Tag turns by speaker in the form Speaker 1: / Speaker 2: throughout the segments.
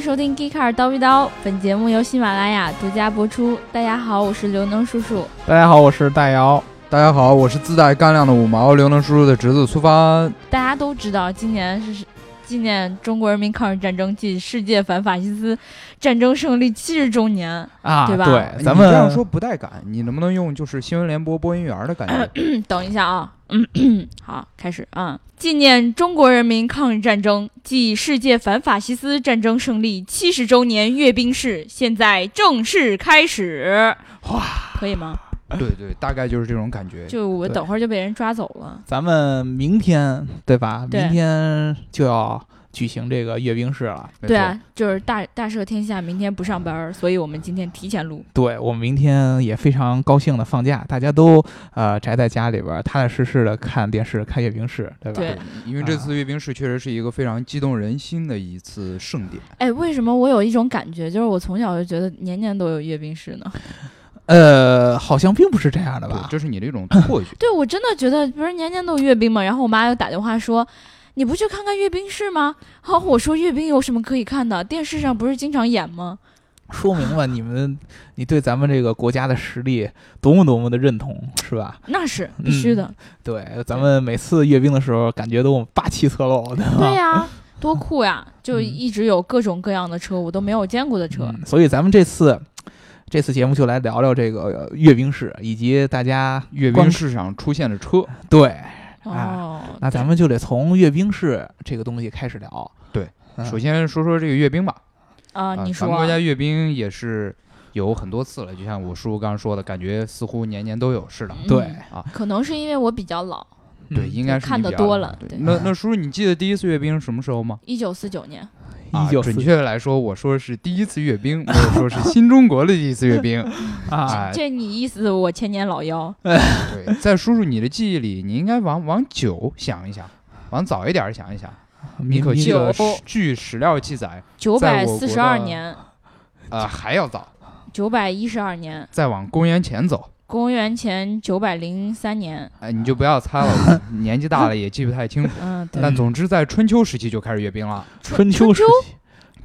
Speaker 1: 收听《g e e k a r 叨逼叨》，本节目由喜马拉雅独家播出。大家好，我是刘能叔叔。
Speaker 2: 大家好，我是大姚。
Speaker 3: 大家好，我是自带干粮的五毛刘能叔叔的侄子苏帆。
Speaker 1: 大家都知道，今年是纪念中国人民抗日战争暨世界反法西斯战争胜利七十周年。
Speaker 2: 啊，
Speaker 1: 对吧
Speaker 2: 对，咱
Speaker 3: 哎你这样
Speaker 2: 们
Speaker 3: 说不带感，你能不能用就是新闻联播播音员的感觉？
Speaker 1: 嗯等一下啊，嗯，好，开始啊、嗯纪念中国人民抗日战争暨世界反法西斯战争胜利七十周年阅兵式现在正式开始。
Speaker 2: 哇，
Speaker 1: 可以吗？
Speaker 3: 对对，大概就是这种感觉。
Speaker 1: 就我
Speaker 2: 对
Speaker 1: 等会儿就被人抓走了。
Speaker 2: 咱们明天对吧？
Speaker 1: 对
Speaker 2: 明天就要举行这个阅兵式了。
Speaker 3: 没错
Speaker 1: 对，啊，就是大大赦天下，明天不上班儿，所以我们今天提前录。
Speaker 2: 对我们明天也非常高兴的放假，大家都呃宅在家里边儿，踏踏实实的看电视、看阅兵式，对吧？
Speaker 1: 对
Speaker 3: 因为这次阅兵式确实是一个非常激动人心的一次盛典。
Speaker 1: 哎，为什么我有一种感觉，就是我从小就觉得年年都有阅兵式呢？。
Speaker 2: 呃，好像并不是这样的
Speaker 3: 对
Speaker 2: 吧？
Speaker 3: 这是你的一种错觉
Speaker 1: 对，我真的觉得不是年年都有阅兵嘛。然后我妈又打电话说：“你不去看看阅兵式吗？”好，我说阅兵有什么可以看的？电视上不是经常演吗？
Speaker 2: 说明了你们，你对咱们这个国家的实力多么多么的认同，是吧？
Speaker 1: 那是必须的。
Speaker 2: 对，咱们每次阅兵的时候，感觉都霸气侧漏，对
Speaker 3: 嗯
Speaker 2: 吧？
Speaker 1: 对呀、 多酷呀！就
Speaker 2: 嗯
Speaker 1: 一直有各种各样的车，我都没有见过的车。
Speaker 2: 嗯所以咱们这次这次节目就来聊聊这个呃阅兵式，以及大家
Speaker 3: 阅
Speaker 2: 光
Speaker 3: 兵式上出现的车，
Speaker 2: 对。
Speaker 1: 哦，
Speaker 3: 哎
Speaker 2: 那咱们就得从阅兵式这个东西开始聊。嗯
Speaker 3: 首先说说这个阅兵吧。
Speaker 1: 啊、
Speaker 3: 啊
Speaker 1: 你
Speaker 3: 咱
Speaker 1: 说
Speaker 3: 们
Speaker 1: 啊
Speaker 3: 国家阅兵也是有很多次了，就像我叔叔刚刚说的，感觉似乎年年都有似的。
Speaker 2: 对
Speaker 1: 嗯
Speaker 3: 啊
Speaker 1: 可能是因为我比较老，
Speaker 3: 对，
Speaker 2: 嗯
Speaker 3: 应该是你
Speaker 1: 看得
Speaker 3: 比较
Speaker 1: 多了对
Speaker 3: 对，那那叔叔，你记得第一次阅兵是什么时候吗？
Speaker 1: 一九四九年。
Speaker 3: 啊
Speaker 2: 依旧
Speaker 3: 准确的来说，我说的是第一次阅兵，没有说是新中国的第一次阅兵。
Speaker 2: 啊
Speaker 3: 哎，
Speaker 1: 这你意思我千年老 妖？
Speaker 3: 对，在叔叔你的记忆里，你应该往往久想一想，往早一点想一想。你
Speaker 2: 民
Speaker 3: 可记
Speaker 2: 民
Speaker 3: 得
Speaker 1: 九
Speaker 3: 史，据史料记载，
Speaker 1: 九百
Speaker 3: 在我
Speaker 1: 四
Speaker 3: 国
Speaker 1: 十二
Speaker 3: 的
Speaker 1: 年，
Speaker 3: 呃，还要早，
Speaker 1: 九百一十二年，
Speaker 3: 再往公元前走。
Speaker 1: 公元前九百零三年。
Speaker 3: 哎，你就不要猜了，我年纪大了也记不太清楚。
Speaker 1: 嗯，对，
Speaker 3: 但总之，在春秋时期就开始阅兵了。
Speaker 2: 春秋时期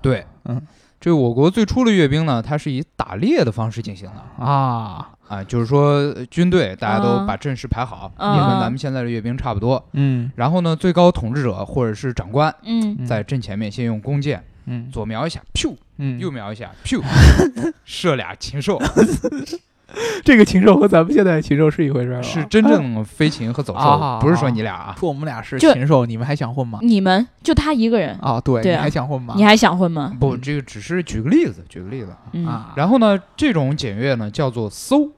Speaker 3: 对，
Speaker 2: 嗯，
Speaker 3: 这我国最初的阅兵呢，它是以打猎的方式进行的。
Speaker 2: 啊，
Speaker 3: 啊，就是说呃军队大家
Speaker 1: 啊
Speaker 3: 都把阵势排好，
Speaker 1: 啊
Speaker 3: 也跟
Speaker 1: 啊
Speaker 3: 咱们现在的阅兵差不多。
Speaker 2: 嗯
Speaker 3: 然后呢，最高统治者或者是长官
Speaker 1: 嗯，
Speaker 2: 嗯
Speaker 3: 在阵前面先用弓箭
Speaker 2: 嗯
Speaker 3: 左瞄一下，咻，
Speaker 2: 嗯，哦
Speaker 3: 右瞄一下， 咻，射俩禽兽，
Speaker 2: 这个禽兽和咱们现在的禽兽是一回事儿了。
Speaker 3: 是真正飞禽和走
Speaker 2: 啊
Speaker 3: 兽，不是说你俩啊。
Speaker 2: 说我们俩是
Speaker 1: 就
Speaker 2: 禽兽，你们还想混吗？
Speaker 1: 你们就他一个人，
Speaker 2: 啊，对，
Speaker 1: 对
Speaker 2: 你
Speaker 1: 啊
Speaker 2: 还想混吗
Speaker 1: 你？还想混吗？
Speaker 3: 不，这个只是举个例子，举个例子。
Speaker 1: 嗯，
Speaker 2: 嗯啊，
Speaker 3: 然后呢，这种检阅呢叫做 搜，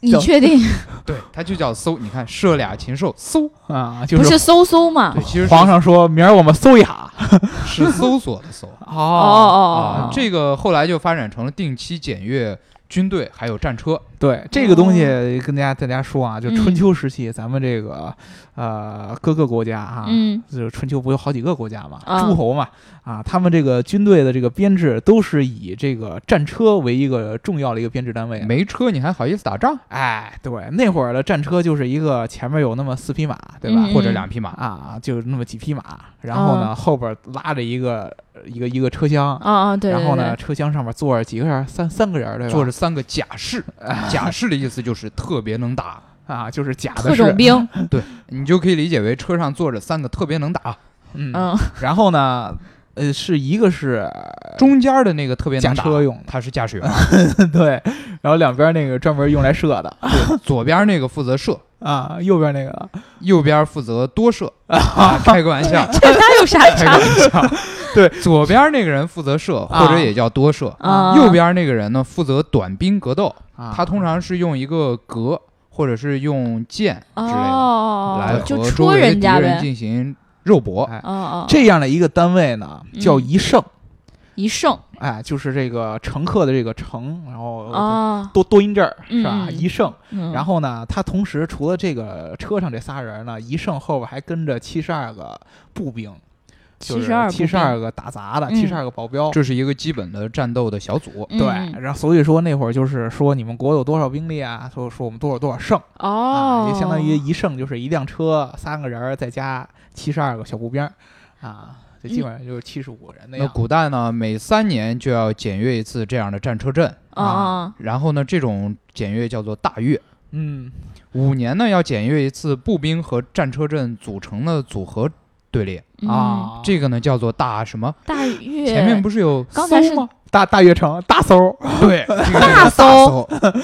Speaker 1: 你
Speaker 2: 就
Speaker 1: 确定
Speaker 3: 对，它就叫搜。你看，射俩禽兽，搜，
Speaker 2: 啊，就
Speaker 1: 不是搜搜吗
Speaker 3: 对，？其实是
Speaker 2: 皇上说明儿我们搜一下。
Speaker 3: 是搜索的搜
Speaker 1: 哦
Speaker 2: 哦哦，
Speaker 1: 哦
Speaker 3: 啊
Speaker 2: 哦。
Speaker 3: 这个后来就发展成了定期检阅军队还有战车。
Speaker 2: 对这个东西跟大家大家说啊，就
Speaker 1: 哦嗯
Speaker 2: 春秋时期，咱们这个呃各个国家啊
Speaker 1: 哦，，嗯，
Speaker 2: 就是春秋不有好几个国家嘛，
Speaker 1: 啊
Speaker 2: 诸侯嘛，啊，他们这个军队的这个编制都是以这个战车为一个重要的一个编制单位。啊
Speaker 3: 没车你还好意思打仗，
Speaker 2: 哎，对，那会儿的战车就是一个前面有那么四匹马，对吧？
Speaker 1: 嗯
Speaker 3: 或者两匹马？
Speaker 2: 啊，就那么几匹马，然后呢，后边拉着一个一个一个车厢。
Speaker 1: 啊啊，对
Speaker 2: 然
Speaker 1: 对
Speaker 2: 后呢，
Speaker 1: 对，
Speaker 2: 车厢上面坐着几个人，三三个人，对吧？
Speaker 3: 坐着三个甲 士，甲士的意思就是特别能打，
Speaker 2: 啊，就是假的
Speaker 1: 特
Speaker 2: 是
Speaker 1: 种兵，
Speaker 3: 你就可以理解为车上坐着三个特别能打，
Speaker 2: 嗯，
Speaker 1: 嗯，
Speaker 2: 然后呢，呃，是一个是
Speaker 3: 中间的那个特别能
Speaker 2: 驾
Speaker 3: 打，
Speaker 2: 哎车用
Speaker 3: 他是驾 驶员，
Speaker 2: 对，然后两边那个专门用来射 的
Speaker 3: 左边那个负责射，
Speaker 2: 啊，右边那个
Speaker 3: 右边负责 多射。啊，开个玩笑，
Speaker 1: 这哪有啥
Speaker 3: 开
Speaker 1: 差
Speaker 3: 个玩笑。
Speaker 2: 对，
Speaker 3: 左边那个人负责射，
Speaker 2: 啊
Speaker 3: 或者也叫多射。
Speaker 1: 啊？
Speaker 3: 右边那个人呢，负责短兵格斗，
Speaker 2: 啊，
Speaker 3: 他通常是用一个戈或者是用剑之类的
Speaker 1: 哦，
Speaker 3: 来
Speaker 1: 就
Speaker 3: 和周
Speaker 1: 戳
Speaker 3: 围的
Speaker 1: 人
Speaker 3: 敌
Speaker 1: 家
Speaker 3: 人
Speaker 1: 呗。
Speaker 3: 进行肉搏。
Speaker 2: 哎
Speaker 1: 哦哦，
Speaker 2: 这样的一个单位呢叫
Speaker 1: 嗯
Speaker 2: 一胜，
Speaker 1: 一胜
Speaker 2: 哎，就是这个乘客的这个乘，然后。
Speaker 1: 啊，
Speaker 2: 多多音字儿是吧？
Speaker 1: 嗯嗯
Speaker 2: 一胜，然
Speaker 1: 后
Speaker 2: 后呢，他同时除了这个车上这仨人呢，一胜后边还跟着七十二个步兵，
Speaker 1: 七
Speaker 2: 就是
Speaker 1: 十二，
Speaker 2: 七十二个打杂的，
Speaker 1: 嗯
Speaker 2: 七十二个保镖，
Speaker 3: 这是一个基本的战斗的小组。
Speaker 1: 嗯，
Speaker 2: 对，
Speaker 1: 嗯
Speaker 2: 然后所以说那会儿就是说你们国有多少兵力啊，所以说我们多少多少胜、
Speaker 1: 哦
Speaker 2: 啊，，也相当于一胜就是一辆车三个人儿再加七十二个小步兵儿啊，所以基本上就是七十五人那
Speaker 3: 那
Speaker 2: 样。
Speaker 3: 古代呢，每三年就要检阅一次这样的战车阵，
Speaker 1: 啊啊
Speaker 3: 然后呢，这种检阅叫做大阅。
Speaker 2: 嗯，
Speaker 3: 五年呢，要检阅一次步兵和战车阵组成的组合队列，
Speaker 1: 嗯
Speaker 2: 啊，
Speaker 3: 这个呢叫做大什么？
Speaker 1: 大月
Speaker 3: 前面不是有
Speaker 1: 刚才是
Speaker 3: 搜吗？
Speaker 2: 大大悦城大搜，
Speaker 3: 对，这个
Speaker 1: 大
Speaker 3: 叫
Speaker 1: 搜
Speaker 3: 搜。
Speaker 2: 叫大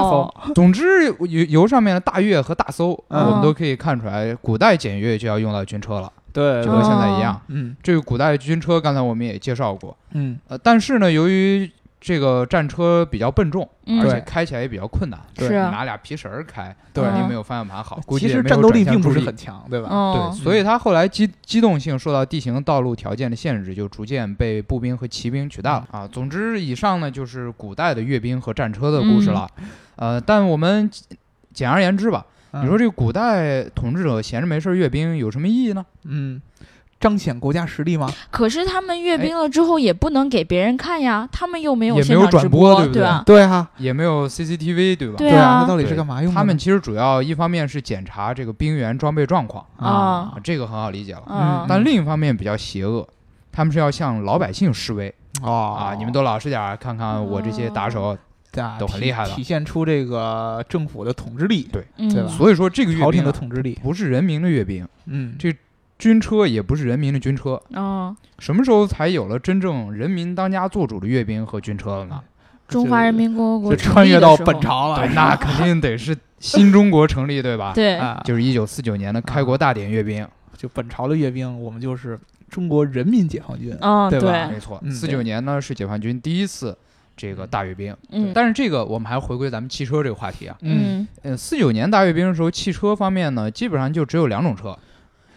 Speaker 1: 哦
Speaker 2: 搜，
Speaker 3: 总之，油油上面的大阅和大搜，
Speaker 2: 嗯
Speaker 3: 我们都可以看出来，古代检阅就要用到军车了，
Speaker 2: 对，对
Speaker 3: 就和现在一
Speaker 1: 哦
Speaker 3: 样。
Speaker 2: 嗯
Speaker 3: 这个古代军车，刚才我们也介绍过，
Speaker 2: 嗯，
Speaker 3: 呃，但是呢，由于这个战车比较笨重，
Speaker 1: 嗯
Speaker 3: 而且开起来也比较困难，
Speaker 1: 是
Speaker 3: 你
Speaker 1: 啊
Speaker 3: 拿俩皮绳儿开，
Speaker 2: 对
Speaker 1: 嗯
Speaker 3: 肯定没有方向盘好，估计
Speaker 2: 其
Speaker 3: 也
Speaker 2: 实
Speaker 3: 没有
Speaker 2: 战斗力
Speaker 3: 转向
Speaker 2: 并不
Speaker 3: 助
Speaker 2: 是
Speaker 3: 力
Speaker 2: 很强，对吧？
Speaker 1: 哦
Speaker 3: 对，，所以它后来机机动性受到地形、道路条件的限制，就逐渐被步兵和骑兵取代了
Speaker 2: 嗯
Speaker 3: 啊。总之，以上呢就是古代的阅兵和战车
Speaker 1: 嗯
Speaker 3: 的故事了。呃，但我们简简而言之吧，
Speaker 2: 嗯
Speaker 3: 你说这个古代统治者闲着没事儿阅兵有什么意义呢？
Speaker 2: 嗯，彰显国家实力吗？
Speaker 1: 可是他们阅
Speaker 2: 哎
Speaker 1: 兵了之后也不能给别人看呀，他们又没
Speaker 3: 也没
Speaker 1: 现
Speaker 3: 有
Speaker 1: 场
Speaker 3: 转
Speaker 1: 直
Speaker 3: 播对不
Speaker 1: 对
Speaker 3: 对
Speaker 1: 吧？
Speaker 2: 对啊，
Speaker 3: 也没有 CCTV，对吧？
Speaker 1: 对
Speaker 2: 啊，
Speaker 1: 啊
Speaker 2: 那到底是
Speaker 3: 对
Speaker 2: 干嘛用的呢？
Speaker 3: 他们其实主要一方面是检查这个兵员装备状况，
Speaker 1: 啊
Speaker 2: 啊，
Speaker 3: 啊这个很好理解了。
Speaker 1: 嗯，
Speaker 3: 但另一方面比较邪恶，他们是要向老百姓示威
Speaker 2: 哦
Speaker 3: 啊！你们都老实点儿，看看我这些打手。
Speaker 2: 啊
Speaker 3: 都很
Speaker 2: 体
Speaker 3: 厉害了
Speaker 2: 体现出这个政府的统治力，
Speaker 1: 嗯
Speaker 2: 对吧
Speaker 3: 所以说，这个阅
Speaker 2: 朝廷
Speaker 3: 兵
Speaker 2: 的
Speaker 3: 啊
Speaker 2: 统治力。
Speaker 3: 不是人民的阅兵，
Speaker 2: 嗯，
Speaker 3: 这军车也不是人民的军车。
Speaker 1: 嗯，
Speaker 3: 什么时候才有了真正人民当家做主的阅兵和军车了
Speaker 2: 啊
Speaker 3: 呢？
Speaker 1: 中华人民共和国
Speaker 2: 就
Speaker 1: 成
Speaker 2: 穿
Speaker 1: 立
Speaker 2: 越
Speaker 1: 的
Speaker 2: 到
Speaker 1: 时
Speaker 2: 本
Speaker 1: 候，
Speaker 2: 朝了，
Speaker 3: 对，那肯定得是新中国成立，对吧？，
Speaker 1: 对，
Speaker 2: 啊，
Speaker 3: 就是一九四九年的开国大典阅兵，
Speaker 2: 就本朝的阅兵，我们就是中国人民解放军。
Speaker 1: 嗯，
Speaker 2: 对吧
Speaker 1: 对，
Speaker 3: 啊没错。
Speaker 2: 嗯
Speaker 3: 四九年呢是解放军第一次这个大阅兵，
Speaker 1: 嗯
Speaker 3: 但是这个我们还回归咱们汽车这个话题啊。
Speaker 1: 嗯
Speaker 3: 嗯，四九年大阅兵的时候，汽车方面呢，基本上就只有两种车，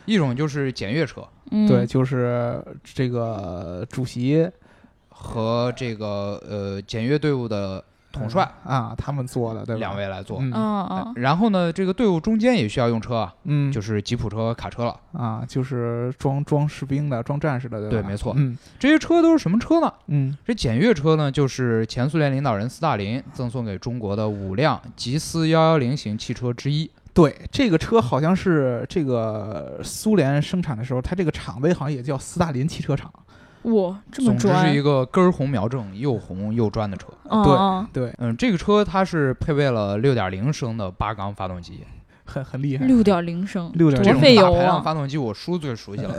Speaker 3: 一种就是检阅车
Speaker 1: 嗯，
Speaker 2: 对，就是这个主席
Speaker 3: 和这个呃检阅队伍的统帅
Speaker 2: 啊，他们做的，对吧？
Speaker 3: 两位来做。
Speaker 2: 嗯
Speaker 1: 嗯嗯
Speaker 3: 然后呢，这个队伍中间也需要用车啊，
Speaker 2: 嗯，
Speaker 3: 就是吉普车、卡车了。
Speaker 2: 啊，就是装装士兵的，装战士的，
Speaker 3: 对
Speaker 2: 吧
Speaker 3: 没错
Speaker 2: 嗯
Speaker 3: 这些车都是什么车呢？
Speaker 2: 嗯
Speaker 3: 这检阅车呢，就是前苏联领导人斯大林赠送给中国的五辆吉斯幺幺零型汽车之一。
Speaker 2: 对，这个车好像是这个苏联生产的时候，它这个厂子好像也叫斯大林汽车厂。嗯
Speaker 1: 哇，这么
Speaker 3: 总之是
Speaker 1: 专
Speaker 3: 一，个根儿红苗正、又红又专的车。
Speaker 1: 嗯
Speaker 2: 对
Speaker 1: 嗯
Speaker 2: 对，
Speaker 3: 嗯，这个车它是配备了六点零升的八缸发动机，
Speaker 2: 很很厉害。
Speaker 1: 六点零升，
Speaker 2: 嗯六
Speaker 1: 多
Speaker 2: 点
Speaker 3: 这
Speaker 2: 零
Speaker 3: 种
Speaker 1: 费油
Speaker 3: 大排
Speaker 1: 啊
Speaker 3: 量发动机我叔最熟悉 了，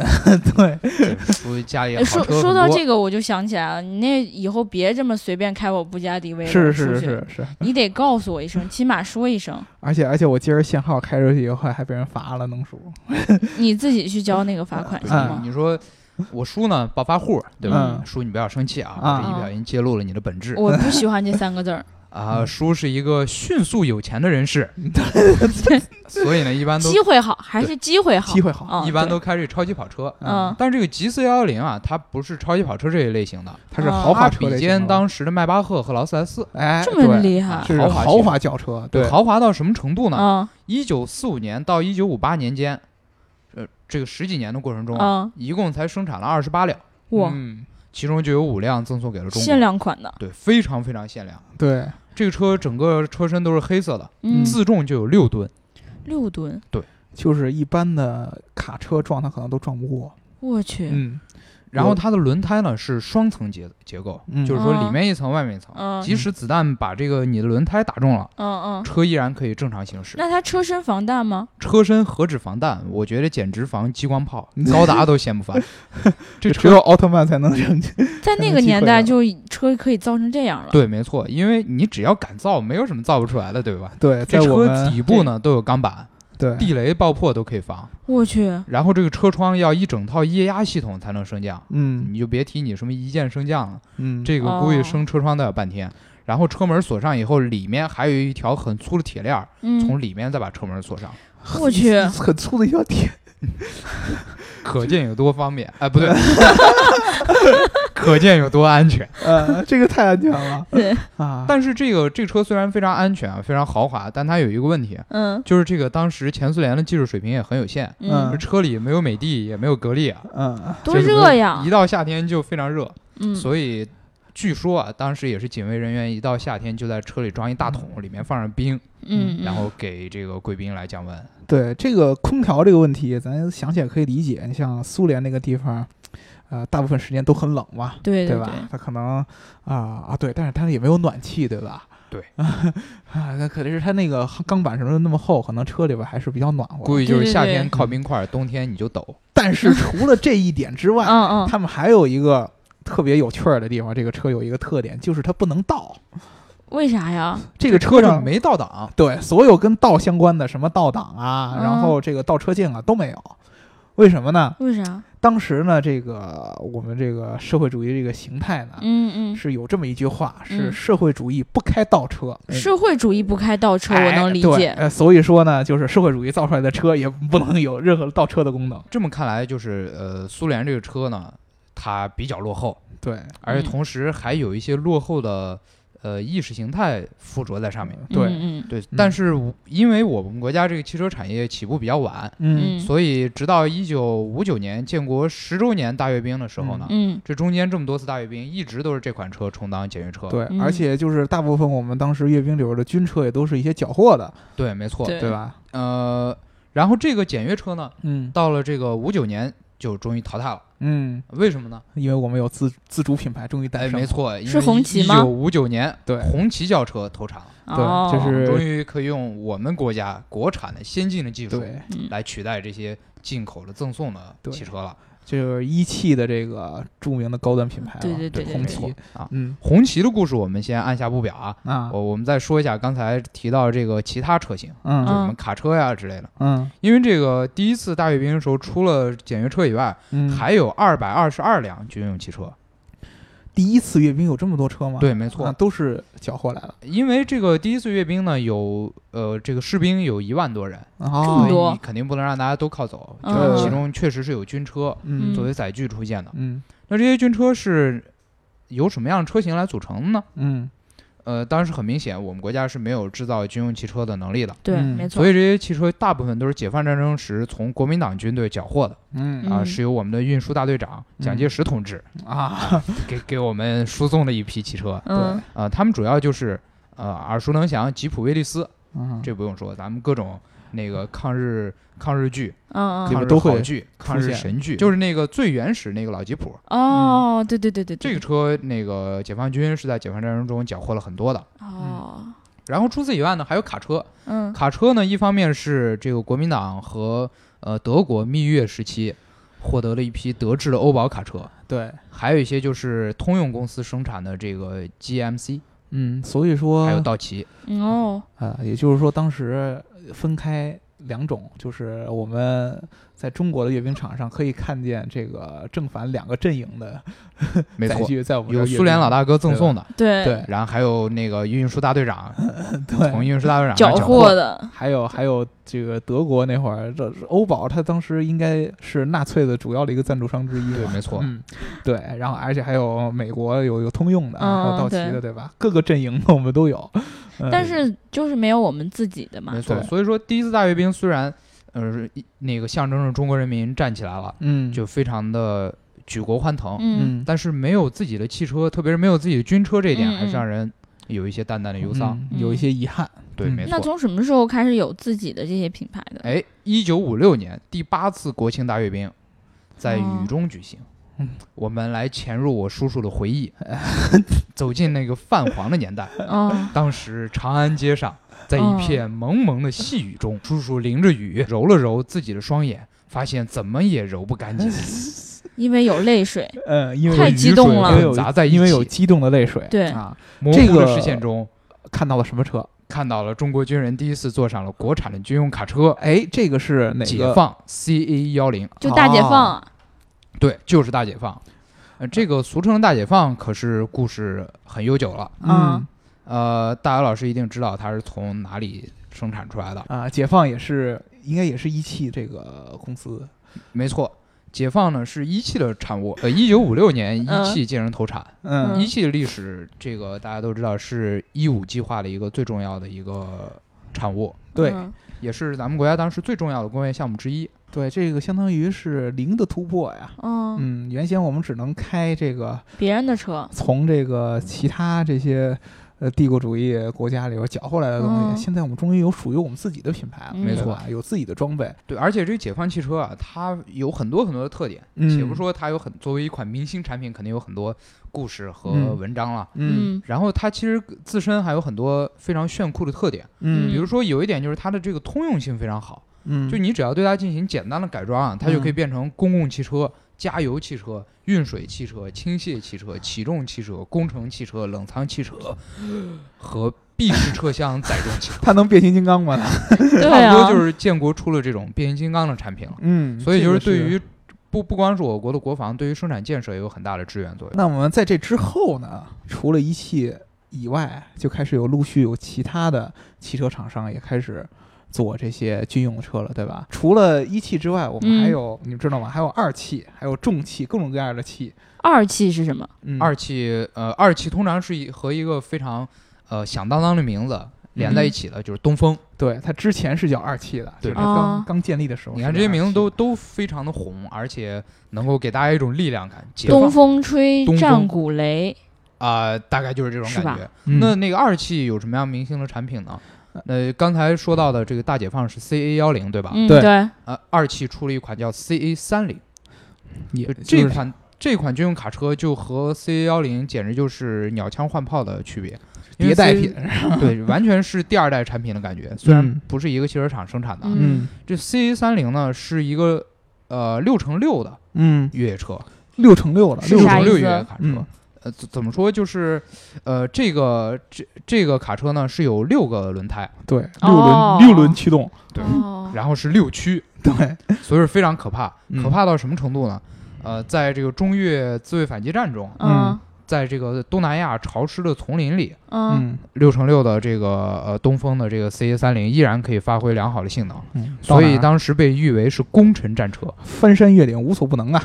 Speaker 2: 对，
Speaker 3: 这叔家里
Speaker 1: 哎
Speaker 3: 好
Speaker 1: 说
Speaker 3: 车很
Speaker 1: 说到
Speaker 3: 多
Speaker 1: 这个，我就想起来了，你那以后别这么随便开我布加迪威了，
Speaker 2: 是是
Speaker 1: 出
Speaker 2: 是
Speaker 1: 去
Speaker 2: 是是，
Speaker 1: 你得告诉我一声，起码说一声，
Speaker 2: 而且而且我今儿限号开出去以后还被人罚了，能数
Speaker 1: 你自己去交那个罚款
Speaker 3: 对
Speaker 1: 行
Speaker 2: 嗯
Speaker 1: 吗？
Speaker 3: 你说我叔呢，暴发户，对吧？
Speaker 2: 嗯
Speaker 3: 叔，你不要生气啊，
Speaker 2: 啊
Speaker 3: 我这一不小心揭露了你的本质
Speaker 1: 我不喜欢这三个字儿，
Speaker 3: 啊。叔是一个迅速有钱的人士，
Speaker 1: 嗯
Speaker 3: 所以呢，一般 都
Speaker 1: 机会好还是机会好，
Speaker 2: 机会好。
Speaker 1: 啊，
Speaker 3: 一般
Speaker 1: 对
Speaker 3: 都开这超级跑车。
Speaker 1: 嗯
Speaker 3: 但这个吉斯幺幺零啊，它不是超级跑车这一类型的，
Speaker 2: 它是
Speaker 1: 啊
Speaker 2: 豪
Speaker 3: 它
Speaker 2: 华车
Speaker 3: 嗯比
Speaker 2: 类型
Speaker 3: 肩
Speaker 2: 的
Speaker 3: 当时的迈巴赫和劳斯莱斯。
Speaker 2: 哎，
Speaker 1: 这么
Speaker 2: 对
Speaker 1: 厉害，
Speaker 2: 是
Speaker 3: 豪华
Speaker 2: 豪
Speaker 3: 汽
Speaker 2: 华轿车，对，
Speaker 3: 豪华到什么程度呢？
Speaker 1: 嗯
Speaker 3: 一九四五年到一九五八年间，呃，这个十几年的过程中啊，
Speaker 1: 嗯，
Speaker 3: 一共才生产了二十八辆，
Speaker 1: 哇，
Speaker 2: 嗯，
Speaker 3: 其中就有五辆赠送给了中
Speaker 1: 限
Speaker 3: 国，
Speaker 1: 量款的，
Speaker 3: 对，非常非常限量。
Speaker 2: 对，
Speaker 3: 这个车整个车身都是黑色的，
Speaker 1: 嗯，
Speaker 3: 自重就有六吨，
Speaker 1: 六吨，
Speaker 2: 就是一般的卡车撞它可能都撞不过，
Speaker 1: 我去，
Speaker 2: 嗯
Speaker 3: 然后它的轮胎呢是双层结结构，
Speaker 2: 嗯
Speaker 3: 就是说
Speaker 1: 嗯
Speaker 3: 里面一层，外面一层。
Speaker 1: 嗯
Speaker 3: 即使子弹把这个你的轮胎打中了，
Speaker 1: 嗯嗯，
Speaker 3: 车依然可以正常行驶。
Speaker 1: 那它车身防弹吗？
Speaker 3: 车身何止防弹，我觉得简直防激光炮，高达都掀不翻。这
Speaker 2: 只
Speaker 3: 车
Speaker 2: 有奥特曼才能成就，
Speaker 1: 在那个年代，就车可以造成这样了，
Speaker 3: 对，没错，因为你只要敢造，没有什么造不出来的，对吧？
Speaker 2: 对，
Speaker 3: 这
Speaker 2: 在我
Speaker 3: 车
Speaker 2: 们
Speaker 3: 底部呢都有钢板，
Speaker 2: 对
Speaker 3: 地雷爆破都可以防。
Speaker 1: 我去，
Speaker 3: 然后这个车窗要一整套液压系统才能升降，
Speaker 2: 嗯
Speaker 3: 你就别提你什么一键升降了。
Speaker 2: 嗯，
Speaker 3: 这个估计
Speaker 1: 哦
Speaker 3: 升车窗都要半天。然后车门锁上以后，里面还有一条很粗的铁链儿，
Speaker 1: 嗯，
Speaker 3: 从里面再把车门锁上，
Speaker 1: 我去
Speaker 2: 很粗的一条铁，
Speaker 3: 可见有多方便。哎，不对，可见有多安全。
Speaker 2: 呃，这个太安全了
Speaker 1: 对，
Speaker 2: 啊！
Speaker 3: 但是这个这车虽然非常安全啊，非常豪华，但它有一个问题，
Speaker 1: 嗯
Speaker 3: 就是这个当时前苏联的技术水平也很有限，
Speaker 1: 嗯
Speaker 2: 嗯，
Speaker 3: 车里没有美的，也没有格力啊，
Speaker 2: 嗯
Speaker 1: 多热呀
Speaker 3: 一，到夏天就非常热，
Speaker 1: 嗯，
Speaker 3: 所以据说啊，当时也是警卫人员一到夏天就在车里装一大桶，里面放上冰，
Speaker 1: 嗯，
Speaker 3: 然后给这个贵宾来降温。
Speaker 2: 对这个空调这个问题，咱想起来可以理解。你像苏联那个地方，呃，大部分时间都很冷嘛，
Speaker 1: 对
Speaker 2: 吧？它可能啊、啊，对，但是它也没有暖气，对吧？
Speaker 3: 对
Speaker 2: 啊，那可能是它那个钢板什么的那么厚，可能车里边还是比较暖和
Speaker 3: 估
Speaker 2: 的。
Speaker 3: 计就是夏天
Speaker 1: 对对对
Speaker 2: 嗯
Speaker 3: 靠冰块，冬天你就抖。
Speaker 2: 但是除了这一点之外，
Speaker 1: 嗯嗯，
Speaker 2: 他们还有一个特别有趣儿的地方，这个车有一个特点，就是它不能倒。
Speaker 1: 为啥呀？
Speaker 2: 这个车上
Speaker 3: 就没倒档，
Speaker 2: 对所有跟倒相关的什么倒档啊，
Speaker 1: 嗯
Speaker 2: 然后这个倒车镜啊都没有。为什么呢？
Speaker 1: 为啥？
Speaker 2: 当时呢，这个我们这个社会主义这个形态呢，
Speaker 1: 嗯
Speaker 2: 是有这么一句话，是
Speaker 1: 嗯
Speaker 2: 社会主义不开倒车。
Speaker 1: 嗯，社会主义不开倒车，我
Speaker 2: 哎
Speaker 1: 能理
Speaker 2: 对
Speaker 1: 解。
Speaker 2: 呃，所以说呢，就是社会主义造出来的车也不能有任何倒车的功能。
Speaker 3: 这么看来，就是呃，苏联这个车呢，它比较落后，
Speaker 2: 对，
Speaker 3: 而
Speaker 1: 嗯
Speaker 3: 且同时还有一些落后的呃意识形态附着在上面。
Speaker 2: 对，
Speaker 1: 嗯
Speaker 3: 对，但是我因为我们国家这个汽车产业起步比较晚，
Speaker 1: 嗯嗯
Speaker 3: 所以直到一九五九年建国十周年大阅兵的时候呢，
Speaker 1: 嗯
Speaker 3: 这中间这么多次大阅兵，一直都是这款车充当检阅车。
Speaker 2: 对，
Speaker 1: 嗯
Speaker 2: 而且就是大部分我们当时阅兵里边的军车也都是一些缴获的，
Speaker 3: 对没错。
Speaker 1: 对
Speaker 2: 对吧？
Speaker 3: 呃，然后这个检阅车呢，
Speaker 2: 嗯
Speaker 3: 到了这个五九年就终于淘汰了，
Speaker 2: 嗯，
Speaker 3: 为什么呢？
Speaker 2: 因为我们有自自主品牌终于诞
Speaker 3: 哎，
Speaker 2: 生，
Speaker 3: 没，错，因
Speaker 1: 是
Speaker 3: 为
Speaker 1: 红旗
Speaker 3: 一
Speaker 1: 吗
Speaker 3: 九五九年，
Speaker 2: 对
Speaker 3: 红旗轿车投产了，
Speaker 1: 嗯，
Speaker 2: 对
Speaker 1: 哦，
Speaker 2: 这是
Speaker 3: 终于可以用我们国家国产的先进的技术
Speaker 2: 对，
Speaker 1: 嗯
Speaker 3: 来取代这些进口的赠送的
Speaker 2: 对
Speaker 3: 汽车了。
Speaker 2: 就是一汽的这个著名的高端品牌了，
Speaker 1: 对对对
Speaker 2: 对
Speaker 1: 对
Speaker 2: 红
Speaker 3: 没
Speaker 2: 旗
Speaker 3: 错，啊，
Speaker 2: 嗯
Speaker 3: 红旗的故事我们先按下不表啊，
Speaker 2: 啊
Speaker 3: 我我们再说一下刚才提到这个其他车型，
Speaker 2: 嗯
Speaker 3: 就
Speaker 2: 嗯
Speaker 3: 什么卡车呀之类的。
Speaker 2: 嗯
Speaker 3: 因为这个第一次大阅兵的时候，除了检阅车以外，
Speaker 2: 嗯，
Speaker 3: 还有二百二十二辆军用汽车。
Speaker 2: 第一次阅兵有这么多车吗？
Speaker 3: 对，没错
Speaker 2: 啊，，都是缴获来的，
Speaker 3: 因为这个第一次阅兵呢，有呃这个士兵有一万多人，
Speaker 2: 这
Speaker 1: 这么
Speaker 3: 所以
Speaker 1: 多
Speaker 3: 你肯定不能让大家都靠走，就
Speaker 1: 嗯
Speaker 3: 是其中确实是有军车
Speaker 2: 嗯
Speaker 3: 作为载具出现的。
Speaker 2: 嗯
Speaker 3: 那这些军车是由什么样的车型来组成的呢？
Speaker 2: 嗯
Speaker 3: 呃，当然是很明显，我们国家是没有制造军用汽车的能力的，
Speaker 1: 对，
Speaker 2: 嗯
Speaker 1: 没错
Speaker 3: 所。以这些汽车大部分都是解放战争时从国民党军队缴获的
Speaker 2: 嗯
Speaker 3: 啊，
Speaker 1: 嗯
Speaker 3: 是由我们的运输大队长蒋介石同志
Speaker 2: 啊，
Speaker 3: 给给我们输送了一批 汽车。
Speaker 1: 嗯，
Speaker 3: 呃，他们主要就是呃耳熟能详吉普威利斯，
Speaker 2: 嗯
Speaker 3: 这不用说，咱们各种那个抗日抗日剧、
Speaker 1: 嗯嗯
Speaker 2: 里面
Speaker 3: 抗
Speaker 2: 都
Speaker 3: 日
Speaker 2: 会
Speaker 3: 好剧、抗
Speaker 2: 出
Speaker 3: 日
Speaker 2: 现
Speaker 3: 神剧，就是那个最原始那个老吉普。
Speaker 1: 哦，对对对对，
Speaker 3: 嗯这
Speaker 1: 对
Speaker 3: 个车，那个解放军是在解放战争中缴获了很多的。
Speaker 1: 哦，
Speaker 3: 然后除此以外呢，还有卡车。
Speaker 1: 嗯
Speaker 3: 卡车呢，一方面是这个国民党和呃德国蜜月时期获得了一批德制的欧宝卡车，
Speaker 2: 对，
Speaker 3: 还有一些就是通用公司生产的这个 GMC，
Speaker 2: 嗯，所以说
Speaker 3: 还有道奇。
Speaker 1: 嗯哦，
Speaker 2: 啊，也就是说，当时分开两种，就是我们在中国的阅兵场上可以看见这个正反两个阵营的
Speaker 3: 没
Speaker 2: 载
Speaker 3: 错，
Speaker 2: 具在我们这
Speaker 3: 有
Speaker 2: 儿阅
Speaker 3: 苏联
Speaker 2: 兵
Speaker 3: 老大哥赠送的，
Speaker 1: 对
Speaker 2: 对
Speaker 3: 然后还有那个运输大队长 从
Speaker 2: 对，
Speaker 3: 运输大队长那
Speaker 1: 缴
Speaker 3: 儿
Speaker 1: 获的，
Speaker 2: 还有还有这个德国那会儿，这欧宝它当时应该是纳粹的主要的一个赞助商之一
Speaker 3: 对，
Speaker 2: 吧。
Speaker 3: 没错。
Speaker 2: 嗯，对，然后而且还有美国有有通用的，还有
Speaker 1: 嗯
Speaker 2: 道奇
Speaker 1: 对
Speaker 2: 的，对吧？各个阵营的我们都有。嗯
Speaker 1: 但是就是没有我们自己的嘛
Speaker 3: 没。错，
Speaker 2: 对
Speaker 3: 所以说第一次大阅兵虽然，呃，一那个象征着中国人民站起来了，
Speaker 2: 嗯，
Speaker 3: 就非常的举国欢腾，
Speaker 1: 嗯，
Speaker 2: 嗯，
Speaker 3: 但是没有自己的汽车，特别是没有自己的军车，这一点
Speaker 1: 嗯嗯
Speaker 3: 还是让人有一些淡淡的忧伤。
Speaker 2: 嗯有一些遗憾。
Speaker 3: 对，
Speaker 2: 嗯
Speaker 3: 没
Speaker 1: 那
Speaker 3: 错。
Speaker 1: 从什么时候开始有自己的这些品牌的？
Speaker 3: 哎，一九五六年第八次国庆大阅兵在
Speaker 1: 哦
Speaker 3: 雨中举行，
Speaker 2: 嗯
Speaker 3: 我们来潜入我叔叔的回 忆，走进那个泛黄的年代。
Speaker 1: 哦，
Speaker 3: 当时长安街上，在一
Speaker 1: 嗯
Speaker 3: 片蒙蒙的细雨中，叔叔淋着雨揉了揉自己的双眼，发现怎么也揉不 干净，
Speaker 1: 因为有泪 水。
Speaker 2: 嗯，因为
Speaker 1: 太
Speaker 2: 有
Speaker 1: 激动了
Speaker 2: 因为有
Speaker 3: 混杂在一起，
Speaker 2: 因为有激动的泪水。
Speaker 1: 对
Speaker 2: 啊，
Speaker 3: 模
Speaker 2: 这
Speaker 3: 糊的
Speaker 2: 个
Speaker 3: 视线中。
Speaker 2: 看到了什么车？
Speaker 3: 看到了中国军人第一次坐上了国产的军用卡车，
Speaker 2: 哎，这个是哪个？
Speaker 3: 解放 CA 幺零，
Speaker 1: 就大解放，啊
Speaker 3: 对，就是大解放。呃，这个俗称的大解放可是故事很悠久了。
Speaker 2: 嗯
Speaker 3: 呃，大姚老师一定知道它是从哪里生产出来的。
Speaker 2: 啊，解放也是，应该也是一汽这个公司。
Speaker 3: 没错，解放呢是一汽的产物。呃，一九五六年
Speaker 1: 嗯
Speaker 3: 一汽建成投产，
Speaker 2: 嗯
Speaker 3: 一汽的历史，这个大家都知道是“一五”计划的一个最重要的一个产物，
Speaker 2: 对，
Speaker 1: 嗯
Speaker 3: 也是咱们国家当时最重要的工业项目之一。
Speaker 2: 对，这个相当于是零的突破呀。
Speaker 1: 嗯，
Speaker 2: 嗯，原先我们只能开这个
Speaker 1: 别人的车，
Speaker 2: 从这个其他这些呃帝国主义国家里边搅和来的东西，
Speaker 1: 嗯
Speaker 2: 现在我们终于有属于我们自己的品牌了，
Speaker 1: 嗯没
Speaker 2: 对
Speaker 3: 错
Speaker 2: 吧，有自己的装备，
Speaker 3: 对，而且这个解放汽车啊，它有很多很多的特点，
Speaker 2: 嗯
Speaker 3: 且不说它有很作为一款明星产品，肯定有很多故事和
Speaker 2: 嗯
Speaker 3: 文章了。
Speaker 1: 嗯
Speaker 3: 然后它其实自身还有很多非常炫酷的特点，
Speaker 2: 嗯
Speaker 3: 比如说有一点就是它的这个通用性非常好，
Speaker 2: 嗯，
Speaker 3: 就你只要对它进行简单的改装啊，它就可以
Speaker 2: 嗯
Speaker 3: 变成公共汽车、加油汽车、运水汽车、倾泻汽车、起重汽车、工程汽车、冷藏汽车和闭式车 厢载重汽车，
Speaker 2: 它能变形金刚 吗？
Speaker 1: 对
Speaker 3: 差不
Speaker 1: 啊，
Speaker 3: 多就是建国出了这种变形金刚的产品了。
Speaker 2: 嗯，
Speaker 3: 所以
Speaker 2: 这
Speaker 3: 就是
Speaker 2: 个
Speaker 3: 对于不不光是我国的国防，对于生产建设也有很大的支援作用。
Speaker 2: 那我们在这之后呢，除了一汽以外，就开始有陆续有其他的汽车厂商也开始做这些军用车了，对吧？除了一汽之外，我们
Speaker 1: 嗯
Speaker 2: 还有、你们知道吗？还有二汽，还有重汽，各种各样的汽。
Speaker 1: 二汽是什么？
Speaker 2: 嗯，
Speaker 3: 二汽呃，二汽通常是一和一个非常呃响当当的名字连在一起的，就是东风。
Speaker 2: 对，它之前是叫二汽的，
Speaker 3: 对
Speaker 2: 就是它刚、
Speaker 1: 哦
Speaker 2: 刚建立的时候是
Speaker 3: 你
Speaker 2: 叫二
Speaker 3: 看
Speaker 2: 汽。
Speaker 3: 这些名字都都非常的红，而且能够给大家一种力量感，解放
Speaker 1: 东风吹
Speaker 3: 东风
Speaker 1: 战鼓擂，
Speaker 3: 啊、大概就是这种
Speaker 1: 是
Speaker 3: 感
Speaker 1: 吧
Speaker 3: 觉。
Speaker 2: 嗯
Speaker 3: 那那个二汽有什么样明星的产品呢？呃，刚才说到的这个大解放是 CA 幺零，对吧？
Speaker 1: 嗯，
Speaker 2: 对
Speaker 1: 对，
Speaker 3: 呃，二汽出了一款叫 CA 三零，
Speaker 2: 也就
Speaker 3: 这
Speaker 2: 是
Speaker 3: 款这款军用卡车就和 C 幺零简直就是鸟枪换炮的区别，因为
Speaker 2: 迭代
Speaker 3: CA
Speaker 2: 品，
Speaker 3: 对，完全是第二代产品的感觉。虽
Speaker 2: 嗯
Speaker 3: 然不是一个汽车厂生产的啊，
Speaker 1: 嗯
Speaker 3: 这 C 三零呢是一个呃六乘六的
Speaker 2: 嗯，
Speaker 3: 越野车，
Speaker 2: 六乘六了，
Speaker 1: 是
Speaker 2: 六
Speaker 3: 六
Speaker 1: 啥
Speaker 2: 乘
Speaker 1: 意
Speaker 3: 乘
Speaker 2: 六
Speaker 3: 六
Speaker 1: 思
Speaker 3: 越野卡车。
Speaker 2: 嗯
Speaker 3: 呃，怎怎么说？就是，呃，这个这这个卡车呢是有六个轮胎，
Speaker 2: 对，六轮、
Speaker 1: 哦
Speaker 2: 六轮驱动，
Speaker 3: 对
Speaker 1: 哦
Speaker 3: 然后是六驱，
Speaker 2: 对，
Speaker 3: 所以是非常可怕。
Speaker 2: 嗯
Speaker 3: 可怕到什么程度呢？呃，在这个中越自卫反击战中，
Speaker 1: 嗯
Speaker 3: 在这个东南亚潮湿的丛林里，
Speaker 1: 嗯
Speaker 2: 嗯
Speaker 3: 六乘六的这个呃东风的这个 CA 三零依然可以发挥良好的性能，
Speaker 2: 嗯，
Speaker 3: 所
Speaker 2: 哪
Speaker 3: 以
Speaker 2: 儿
Speaker 3: 当时被誉为是功臣战车，
Speaker 2: 翻山越岭无所不能啊，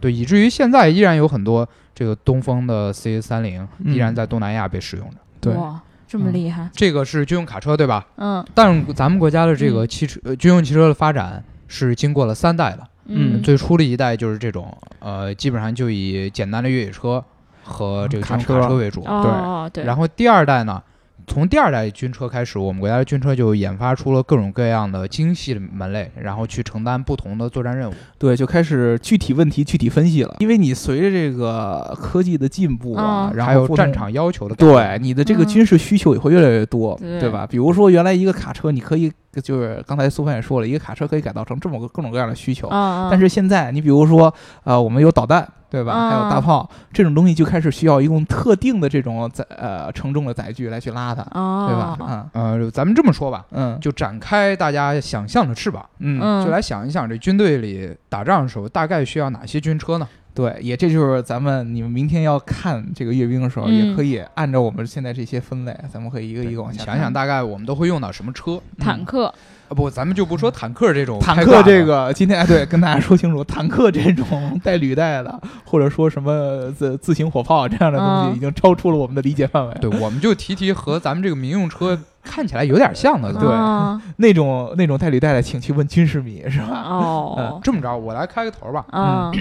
Speaker 3: 对，以至于现在依然有很多这个东风的 CA 三零依然在东南亚被使用着。
Speaker 2: 对，
Speaker 1: 哇，这么
Speaker 2: 嗯
Speaker 1: 厉害，
Speaker 3: 这个是军用卡车对吧？
Speaker 1: 嗯
Speaker 3: 但咱们国家的这个汽车、呃军用汽车的发展是经过了三代的，
Speaker 2: 嗯
Speaker 3: 最初的一代就是这种呃，基本上就以简单的越野车和这个
Speaker 2: 卡
Speaker 3: 军
Speaker 2: 车
Speaker 3: 用卡车为主，
Speaker 1: 哦对，
Speaker 3: 然后第二代呢，从第二代军车开始，我们国家的军车就研发出了各种各样的精细的门类，然后去承担不同的作战任务。
Speaker 2: 对，就开始具体问题具体分析了，因为你随着这个科技的进步啊，
Speaker 1: 嗯
Speaker 2: 然
Speaker 3: 还
Speaker 2: 后
Speaker 3: 有
Speaker 2: 不同
Speaker 3: 战。场要求的改变，
Speaker 2: 对你的这个
Speaker 1: 嗯
Speaker 2: 军事需求也会越来越多，
Speaker 1: 对
Speaker 2: 对吧？比如说，原来一个卡车，你可以就是刚才苏帆也说了，一个卡车可以改造成这么个各种各样的需求。
Speaker 1: 嗯，
Speaker 2: 但是现在，你比如说，呃，我们有导弹，对吧？还有大
Speaker 1: 嗯
Speaker 2: 炮这种东西，就开始需要用特定的这种载呃承重的载具来去拉它，对
Speaker 1: 哦
Speaker 2: 吧？，啊，
Speaker 3: 呃，咱们这么说吧，
Speaker 2: 嗯
Speaker 3: 就展开大家想象的翅膀，
Speaker 2: 嗯
Speaker 1: 嗯
Speaker 3: 就来想一想这军队里打仗的时候大概需要哪些军车呢？
Speaker 2: 对，也这就是咱们你们明天要看这个阅兵的时候，
Speaker 1: 嗯
Speaker 2: 也可以按照我们现在这些分类，咱们可以一个一个往下
Speaker 3: 想一想，
Speaker 2: 看
Speaker 3: 大概我们都会用到什么车？
Speaker 1: 坦克，
Speaker 3: 啊，不，咱们就不说坦克这种
Speaker 2: 嗯坦
Speaker 3: 开挂
Speaker 2: 克
Speaker 3: 的
Speaker 2: 这个今天哎，对，跟大家说清楚，坦克这种带履带的，或者说什么自自行火炮这样的东
Speaker 1: 嗯
Speaker 2: 西，已经超出了我们的理解范围。
Speaker 3: 对，我们就提提和咱们这个民 用车看起来有点像的。
Speaker 2: 对
Speaker 1: 啊
Speaker 2: 那种那种带履带的，请去问军事迷，是吧？
Speaker 1: 哦，
Speaker 3: 这么着，我来开个头吧。
Speaker 1: 嗯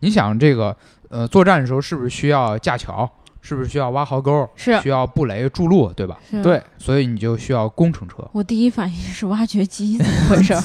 Speaker 3: 你想这个呃，作战的时候是不是需要架桥？是不是需要挖壕沟？
Speaker 1: 是
Speaker 3: 需要布雷筑路，对吧？
Speaker 1: 是，
Speaker 2: 对，
Speaker 3: 所以你就需要工程 车，
Speaker 1: 我第一反应是挖掘机，怎么回事儿？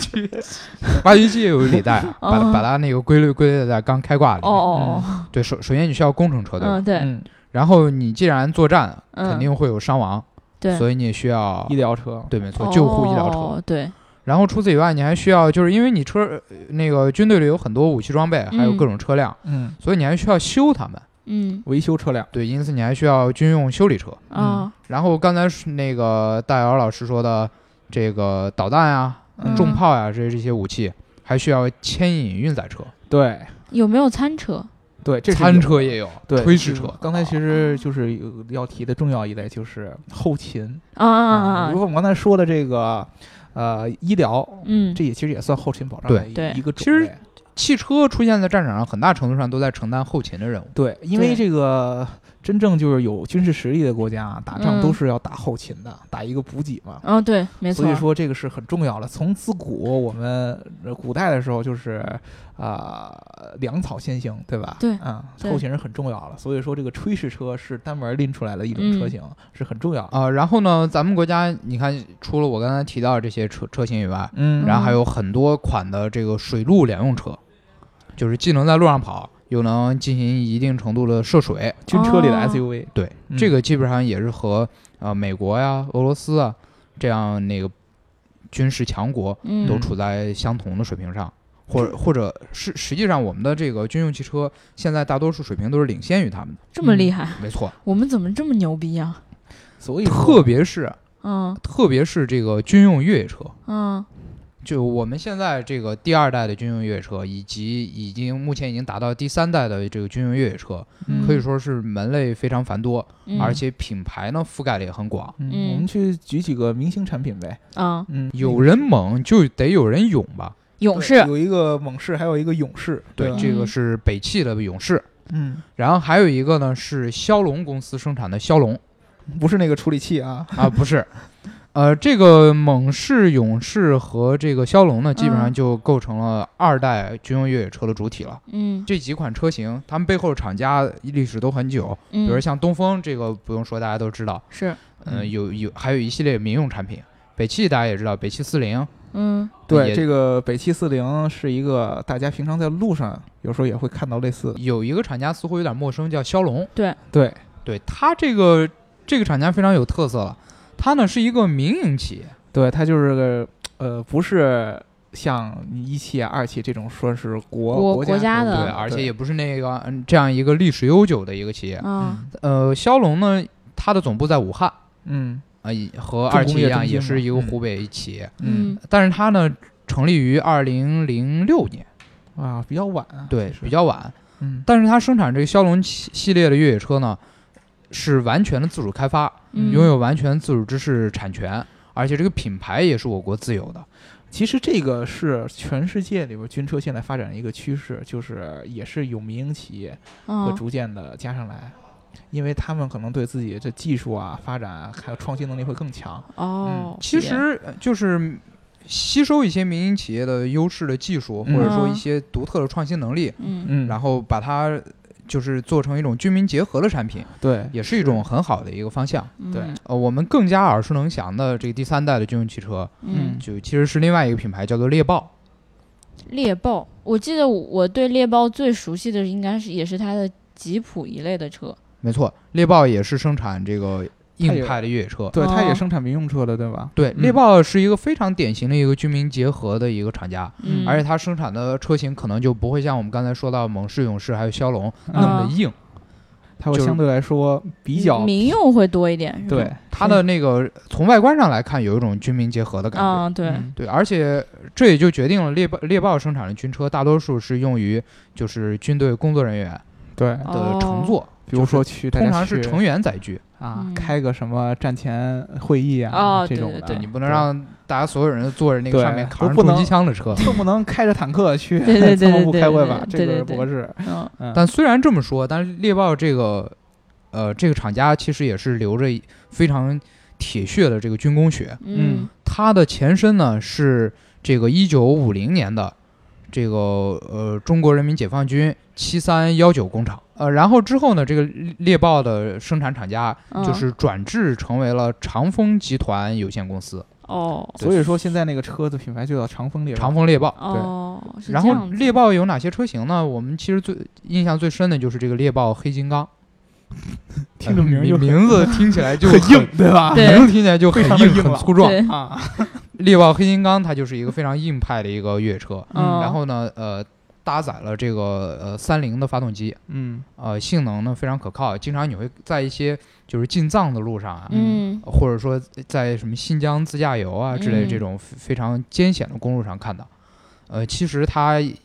Speaker 3: 挖掘机也有履带啊， 把
Speaker 1: 哦
Speaker 3: 把它那个归类归类在钢开挂里面。
Speaker 1: 哦哦，
Speaker 3: 对，首首先你需要工程车，
Speaker 1: 哦
Speaker 3: 对吧？
Speaker 1: 嗯，对
Speaker 2: 嗯，
Speaker 3: 然后你既然作战，
Speaker 1: 嗯
Speaker 3: 肯定会有伤亡，
Speaker 1: 对，
Speaker 3: 所以你也需要
Speaker 2: 医疗车，
Speaker 3: 对，没错，救护医疗车。
Speaker 1: 哦，对，
Speaker 3: 然后除此以外，你还需要就是因为你车呃那个军队里有很多武器装备，还有
Speaker 1: 嗯
Speaker 3: 各种车辆，
Speaker 2: 嗯，
Speaker 3: 所以你还需要修它们。
Speaker 1: 嗯
Speaker 2: 维修车辆，
Speaker 3: 对，因此你还需要军用修理车。
Speaker 1: 啊，
Speaker 3: 然后刚才是那个大姚老师说的这个导弹啊、
Speaker 1: 嗯
Speaker 3: 重炮呀、这这些武器，还需要牵引运载车、
Speaker 2: 对
Speaker 1: 有没有餐车？
Speaker 2: 对，这是
Speaker 3: 餐
Speaker 2: 有
Speaker 3: 车也有，
Speaker 2: 对
Speaker 3: 推式车。啊
Speaker 2: 刚才其实就是有要提的重要一类就是后勤，
Speaker 1: 啊啊
Speaker 2: 啊，
Speaker 1: 啊啊，
Speaker 2: 如果我们刚才说的这个，呃，医疗，
Speaker 1: 嗯，
Speaker 2: 这也其实也算后勤保障的一
Speaker 1: 对
Speaker 2: 一个种
Speaker 3: 其实
Speaker 2: 类。
Speaker 3: 汽车出现在战场上，很大程度上都在承担后勤的任务。
Speaker 2: 对，因
Speaker 1: 对
Speaker 2: 为这个真正就是有军事实力的国家，啊打仗
Speaker 1: 嗯
Speaker 2: 都是要打后勤的，打一个补给嘛。
Speaker 1: 嗯、对，没错。
Speaker 2: 所以说这个是很重要的。从自古我们呃古代的时候就是啊、呃粮草先行，对吧？
Speaker 1: 对
Speaker 2: 啊、
Speaker 1: 对
Speaker 2: 后勤是很重要的。所以说这个炊事车是单门拎出来的一种车
Speaker 1: 嗯
Speaker 2: 型，是很重要的。
Speaker 3: 啊、然后呢，咱们国家你看，除了我刚才提到的这些车车型以外，
Speaker 2: 嗯
Speaker 3: 然
Speaker 1: 嗯
Speaker 3: 后还有很多款的这个水陆两用车，就是既能在路上跑，又能进行一定程度的涉水。
Speaker 2: 军车里的
Speaker 1: 哦
Speaker 2: SUV，、
Speaker 3: 对，
Speaker 2: 嗯
Speaker 3: 这个基本上也是和呃美国呀、俄罗斯啊这样那个军事强国
Speaker 1: 嗯
Speaker 3: 都处在相同的水平上，或者或者是实际上我们的这个军用汽车现在大多数水平都是领先于他们的，
Speaker 1: 这么
Speaker 2: 嗯
Speaker 1: 厉害，
Speaker 3: 没错。
Speaker 1: 我们怎么这么牛逼呀、
Speaker 2: 所以
Speaker 3: 特
Speaker 2: 说
Speaker 3: 别是
Speaker 1: 嗯
Speaker 3: 特别是这个军用越野车，
Speaker 1: 嗯
Speaker 3: 就我们现在这个第二代的军用越野车，以及已经目前已经达到第三代的这个军用越野车，
Speaker 1: 嗯
Speaker 3: 可以说是门类非常繁多，
Speaker 1: 嗯，
Speaker 3: 而且品牌呢覆盖的也很广。
Speaker 2: 嗯
Speaker 1: 嗯
Speaker 2: 我们去举几个明星产品呗。
Speaker 1: 啊、
Speaker 2: 嗯，
Speaker 3: 有人猛就得有人勇吧？
Speaker 1: 勇
Speaker 2: 对
Speaker 1: 士，
Speaker 2: 有一个猛士，还有一个勇士，吧？
Speaker 3: 这个是北汽的勇士，
Speaker 2: 嗯，
Speaker 3: 然后还有一个呢是骁龙公司生产的 骁龙
Speaker 2: 不是那个处理器啊。
Speaker 3: 啊，不是。呃，这个猛士、勇士和这个骁龙呢，基本上
Speaker 1: 嗯
Speaker 3: 就构成了二代军用越野车的主体了。
Speaker 1: 嗯
Speaker 3: 这几款车型，它们背后的厂家历史都很久，
Speaker 1: 嗯，
Speaker 3: 比如像东风这个不用说，大家都知道。
Speaker 1: 是
Speaker 3: 嗯，
Speaker 2: 嗯
Speaker 3: 有有还有一系列民用产品，北汽大家也知道，北汽四零。
Speaker 1: 嗯
Speaker 2: 对，
Speaker 3: 也
Speaker 2: 这个北汽四零是一个大家平常在路上有时候也会看到类似的。
Speaker 3: 有一个厂家似乎有点陌生，叫骁龙。
Speaker 2: 对，
Speaker 3: 对它这个这个厂家非常有特色了，它呢是一个民营企业，
Speaker 2: 对，它就是个呃，不是像一汽、啊、二汽这种说是国
Speaker 1: 国
Speaker 2: 家
Speaker 1: 国家
Speaker 2: 投
Speaker 1: 的
Speaker 2: 资
Speaker 3: 对，
Speaker 1: 嗯
Speaker 3: 而且也不是那个嗯这样一个历史悠久的一个企业。
Speaker 1: 啊
Speaker 3: 呃，骁龙呢，它的总部在武汉，
Speaker 2: 嗯
Speaker 3: 啊、也和
Speaker 2: 重
Speaker 3: 二汽
Speaker 2: 工
Speaker 3: 一
Speaker 2: 业
Speaker 3: 样，
Speaker 2: 中心
Speaker 3: 也
Speaker 2: 嘛
Speaker 3: 是一个
Speaker 2: 嗯
Speaker 3: 湖北企业，
Speaker 2: 嗯
Speaker 3: 但是它呢成立于二零零六年，
Speaker 2: 嗯啊，比较晚啊，
Speaker 3: 对，
Speaker 2: 是
Speaker 3: 比较晚。
Speaker 2: 嗯
Speaker 3: 但是它生产这个骁龙系系列的越野车呢，是完全的自主开发，
Speaker 1: 嗯，
Speaker 3: 拥有完全自主知识产权，而且这个品牌也是我国自有的。
Speaker 2: 其实这个是全世界里边军车现在发展的一个趋势，就是也是有民营企业会
Speaker 1: 啊
Speaker 2: 逐渐的加上来，因为他们可能对自己的技术啊发展还有创新能力会更强。
Speaker 1: 哦，
Speaker 3: 其
Speaker 1: 也
Speaker 3: 实呃就是吸收一些民营企业的优势的技术，
Speaker 2: 嗯
Speaker 3: 或者说
Speaker 1: 嗯
Speaker 3: 一些独特的创新能力，
Speaker 1: 嗯
Speaker 2: 嗯，
Speaker 3: 然
Speaker 2: 后
Speaker 3: 后把它就是做成一种军民结合的产品，
Speaker 2: 对，
Speaker 3: 也是一种很好的一个方向。
Speaker 2: 对
Speaker 1: 嗯
Speaker 3: 呃，我们更加耳熟能详的这个第三代的军用汽车，
Speaker 1: 嗯
Speaker 2: 嗯
Speaker 3: 就其实是另外一个品牌叫做猎豹。
Speaker 1: 猎豹，我记得我对猎豹最熟悉的应该是也是它的吉普一类的车，
Speaker 3: 没错，猎豹也是生产这个
Speaker 2: 它嗯
Speaker 3: 硬
Speaker 2: 也
Speaker 3: 派的越野车。
Speaker 2: 对，它
Speaker 1: 哦
Speaker 2: 也生产民用车的，对吧？
Speaker 3: 对，猎
Speaker 2: 嗯
Speaker 3: 豹是一个非常典型的一个军民结合的一个厂家，
Speaker 1: 嗯，
Speaker 3: 而且它生产的车型可能就不会像我们刚才说到猛士、勇士还有骁龙那么的
Speaker 1: 嗯
Speaker 3: 硬，
Speaker 2: 它会
Speaker 3: 就是
Speaker 2: 相对来说比较
Speaker 1: 民用会多一点，是吧
Speaker 2: 对，
Speaker 3: 它的那个从外观上来看有一种军民结合的感觉。
Speaker 1: 啊，对，
Speaker 2: 嗯
Speaker 3: 对，而且这也就决定了猎豹猎豹生产的军车大多数是用于就是军队工作人员
Speaker 2: 对，
Speaker 3: 的乘坐，
Speaker 2: 比如说去大
Speaker 3: 通
Speaker 2: 家
Speaker 3: 常
Speaker 2: 去
Speaker 3: 是成员载具，
Speaker 2: 啊
Speaker 1: 嗯，
Speaker 2: 开个什么战前会议啊
Speaker 1: 哦
Speaker 2: 这
Speaker 1: 对
Speaker 2: 种
Speaker 1: 对
Speaker 2: 的，
Speaker 1: 对
Speaker 3: 你不能让大家所有人坐着那个
Speaker 2: 对
Speaker 3: 上面扛着
Speaker 2: 都不
Speaker 3: 重
Speaker 2: 能
Speaker 3: 机枪的车。
Speaker 2: 更不能开着坦克 去
Speaker 1: 对对对
Speaker 2: 参谋部
Speaker 1: 对对
Speaker 2: 开会吧，
Speaker 1: 对对
Speaker 2: 这个
Speaker 1: 对
Speaker 2: 是不合适。
Speaker 1: 嗯
Speaker 2: 嗯，
Speaker 3: 但虽然这么说，但是猎豹这个，呃，这个厂家其实也是留着一非常铁血的这个军工学。
Speaker 1: 嗯
Speaker 3: 它的前身呢是这个一九五零年的这个呃中国人民解放军七三幺九工厂。呃，然后之后呢，这个猎豹的生产厂家
Speaker 1: 嗯
Speaker 3: 就是转制成为了长丰集团有限公司，
Speaker 1: 哦
Speaker 2: 所以说现在那个车的品牌就叫长风猎豹
Speaker 3: 长丰猎豹。
Speaker 1: 哦，是
Speaker 3: 然
Speaker 1: 这
Speaker 3: 后
Speaker 1: 样子
Speaker 3: 猎豹有哪些车型呢？我们其实最印象最深的就是这个猎豹黑金刚，
Speaker 2: 听着名
Speaker 3: 呃
Speaker 2: 儿就很
Speaker 3: 名字听起来就
Speaker 2: 很硬，对 吧？
Speaker 1: 对
Speaker 3: 名字听起来就很
Speaker 2: 非常的
Speaker 3: 硬、
Speaker 2: 硬
Speaker 3: 很
Speaker 2: 朗
Speaker 3: 粗壮。
Speaker 1: 对
Speaker 2: 啊，
Speaker 3: 猎豹黑金刚它就是一个非常硬派的一个越野车，
Speaker 1: 嗯
Speaker 3: 然后呢，呃，搭载了这个呃三菱的发动机，
Speaker 2: 嗯
Speaker 3: 呃，性能呢非常可靠。经常你会在一些就是进藏的路上啊，
Speaker 1: 嗯
Speaker 3: 或者说在什么新疆自驾游啊之类
Speaker 1: 嗯
Speaker 3: 这种非非常艰险的公路上看到。呃，其实它一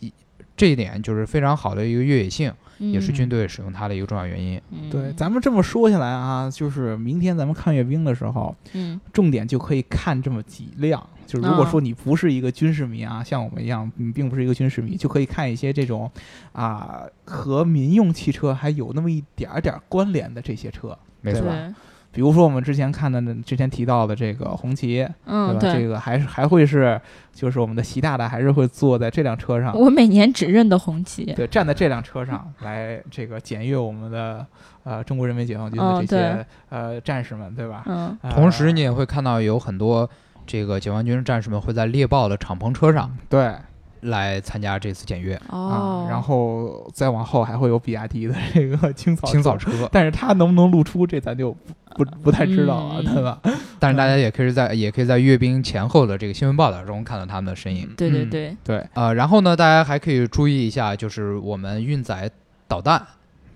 Speaker 3: 这一点就是非常好的一个越野性，也是
Speaker 1: 嗯
Speaker 3: 军队使用它的一个重要原因。
Speaker 2: 对，
Speaker 1: 嗯
Speaker 2: 咱们这么说下来啊，就是明天咱们看阅兵的时候，
Speaker 1: 嗯
Speaker 2: 重点就可以看这么几辆。就是如果说你不是一个军事迷啊，像我们一样，你并不是一个军事迷，就可以看一些这种啊和民用汽车还有那么一点儿点儿关联的这些车。
Speaker 3: 没
Speaker 2: 对
Speaker 3: 错，
Speaker 2: 吧比如说我们之前看的那、之前提到的这个红旗，
Speaker 1: 嗯
Speaker 2: 对吧？这个还是还会是，就是我们的习大大还是会坐在这辆车上，
Speaker 1: 我每年只认得红旗，
Speaker 2: 对，站在这辆车上来这个检阅我们的呃中国人民解放军的
Speaker 1: 嗯
Speaker 2: 这些、
Speaker 1: 对
Speaker 2: 呃战士们，对吧？
Speaker 1: 嗯
Speaker 2: 呃
Speaker 3: 同时你也会看到有很多这个解放军战士们会在猎豹的敞篷车上
Speaker 2: 对啊、
Speaker 3: 来参加这次检阅。
Speaker 1: 哦，
Speaker 2: 然后再往后还会有比亚迪的这个青草
Speaker 3: 清扫车，
Speaker 2: 但是它能不能露出，这咱就不不不太知道了，
Speaker 1: 嗯
Speaker 2: 对吧？
Speaker 3: 但是大家也可以在也可以在阅兵前后的这个新闻报道中看到他们的身影。
Speaker 1: 对对
Speaker 2: 嗯
Speaker 1: 对，
Speaker 2: 对
Speaker 3: 呃，然后呢，大家还可以注意一下，就是我们运载导弹，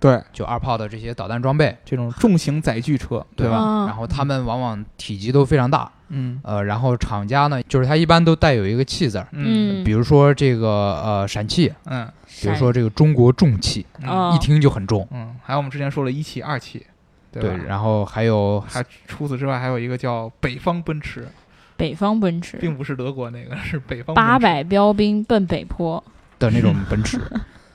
Speaker 2: 对，
Speaker 3: 就二炮的这些导弹装备，
Speaker 2: 这种重型载具车，对吧？
Speaker 1: 嗯
Speaker 3: 然后他们往往体积都非常大，
Speaker 2: 嗯
Speaker 3: 呃，然后厂家呢，就是它一般都带有一个气字儿，
Speaker 1: 嗯，
Speaker 3: 比如说这个呃闪气，
Speaker 2: 嗯
Speaker 3: 比如
Speaker 1: 闪
Speaker 3: 说这个中国重器，
Speaker 1: 哦
Speaker 2: 嗯
Speaker 3: 一听就很重，
Speaker 2: 嗯，还有我们之前说了一汽、二汽，对吧？
Speaker 3: 对，然后还有
Speaker 2: 还除此之外，还有一个叫北方奔驰，
Speaker 1: 北方奔驰，
Speaker 2: 并不是德国那个，是北方奔驰
Speaker 1: 八百标兵奔北坡，
Speaker 3: 的那种奔 驰。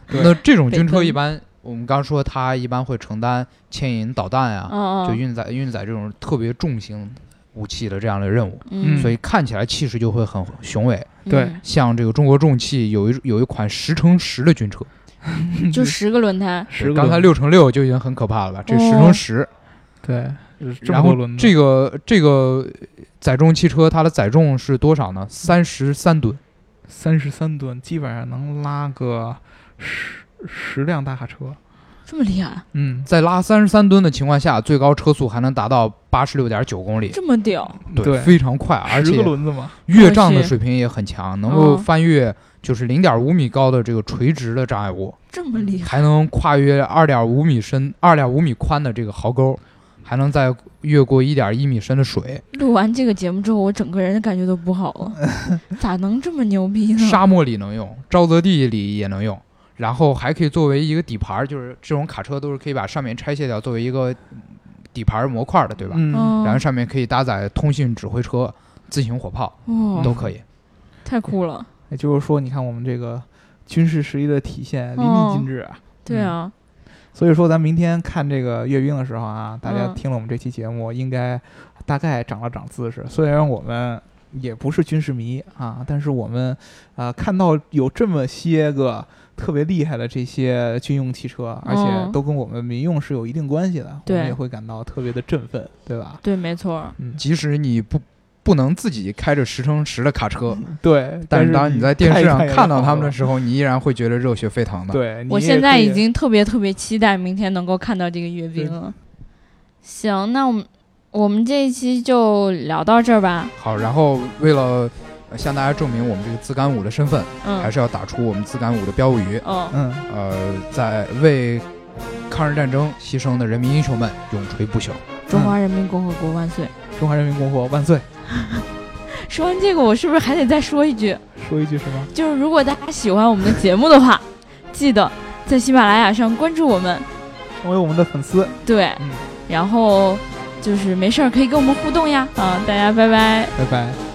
Speaker 2: 对
Speaker 3: 那这种军
Speaker 1: 北
Speaker 3: 车
Speaker 1: 奔
Speaker 3: 一般，我们刚说它一般会承担牵引导弹啊，
Speaker 1: 嗯
Speaker 3: 就
Speaker 1: 嗯
Speaker 3: 运载运载这种特别重型武器的这样的任务，
Speaker 1: 嗯，
Speaker 3: 所以看起来气势就会很雄伟。
Speaker 2: 对
Speaker 1: 嗯
Speaker 3: 像这个中国重器有一有一款十乘十的军车，
Speaker 1: 就十个轮胎，
Speaker 2: 十个
Speaker 3: 刚才
Speaker 2: 轮
Speaker 3: 六乘六就已经很可怕了吧？这
Speaker 1: 哦
Speaker 3: 十乘十，
Speaker 2: 对，
Speaker 3: 然后这
Speaker 2: 个
Speaker 3: 个这个载重汽车它的载重是多少呢？三十三吨。
Speaker 2: 三十三吨基本上能拉个十十辆大卡车。
Speaker 1: 这么厉害，
Speaker 2: 嗯，
Speaker 3: 在拉三十三吨的情况下，最高车速还能达到八十六点九公里，
Speaker 1: 这么屌，
Speaker 2: 对
Speaker 3: 非常快，而
Speaker 2: 十
Speaker 3: 且
Speaker 2: 个轮子嘛，
Speaker 3: 越障的水平也很强，能
Speaker 1: 嗯
Speaker 3: 够翻越就是零点五米高的这个垂直的障碍物，
Speaker 1: 这么厉害，
Speaker 3: 还能跨越二点五米深、二点五米宽的这个壕沟，还能再越过一点一米深的水。
Speaker 1: 录完这个节目之后，我整个人感觉都不好了， 咋能这么牛
Speaker 2: 嗯
Speaker 1: 逼呢？
Speaker 3: 沙漠里能用，沼泽地里也能用，然后还可以作为一个底盘儿，就是这种卡车都是可以把上面拆卸掉，作为一个底盘儿模块儿的，对吧？
Speaker 2: 嗯，
Speaker 3: 然后
Speaker 1: 嗯，
Speaker 3: 上面可以搭载通信指挥车、自行火炮
Speaker 2: 嗯
Speaker 1: 哦，
Speaker 3: 都可以。
Speaker 1: 太酷了，
Speaker 2: 也就是说，你看我们这个军事实力的体现淋
Speaker 1: 哦
Speaker 2: 漓尽致啊。
Speaker 1: 对啊，
Speaker 2: 所以说，咱明天看这个阅兵的时候啊，大家
Speaker 1: 嗯
Speaker 2: 听了我们这期节目，应该大概长了长姿势。虽然我们也不是军事迷啊，但是我们啊、呃看到有这么些个特别厉害的这些军用汽车，而且都跟我们民用是有一定关系的，我
Speaker 1: 嗯对
Speaker 2: 们也会感到特别的振奋，对吧？
Speaker 1: 对，没错，
Speaker 2: 嗯，
Speaker 3: 即使你不不能自己开着十乘十的卡车，
Speaker 2: 对。
Speaker 3: 但
Speaker 2: 是
Speaker 3: 是当你在电视上
Speaker 2: 嗯看一
Speaker 3: 看到他们的
Speaker 2: 也
Speaker 3: 时候，你依然会觉得热血沸腾
Speaker 2: 好
Speaker 3: 的。，
Speaker 2: 对，你
Speaker 1: 我
Speaker 2: 也
Speaker 1: 现在
Speaker 2: 可以
Speaker 1: 已经特别特别期待明天能够看到这个阅兵了。行，那我们我们这一期就聊到这儿吧。
Speaker 3: 好，然后为了呃向大家证明我们这个自干五的身份，还
Speaker 1: 嗯，
Speaker 3: 是要打出我们自干五的标语。
Speaker 1: 哦，
Speaker 2: 嗯，
Speaker 3: 呃，在为抗日战争牺牲的人民英雄们永垂不朽。
Speaker 1: 中华人民共和国万 岁！
Speaker 2: 中华人民共和国万岁！
Speaker 1: 说完这个，我是不是还得再说一句？
Speaker 2: 说一句什么？
Speaker 1: 就是如果大家喜欢我们的节目的话，记得在喜马拉雅上关注我们。
Speaker 2: 成为我们的粉丝，
Speaker 1: 对，
Speaker 2: 嗯
Speaker 1: 然后就是没事儿可以跟我们互动呀。啊，大家拜拜。
Speaker 2: 拜拜。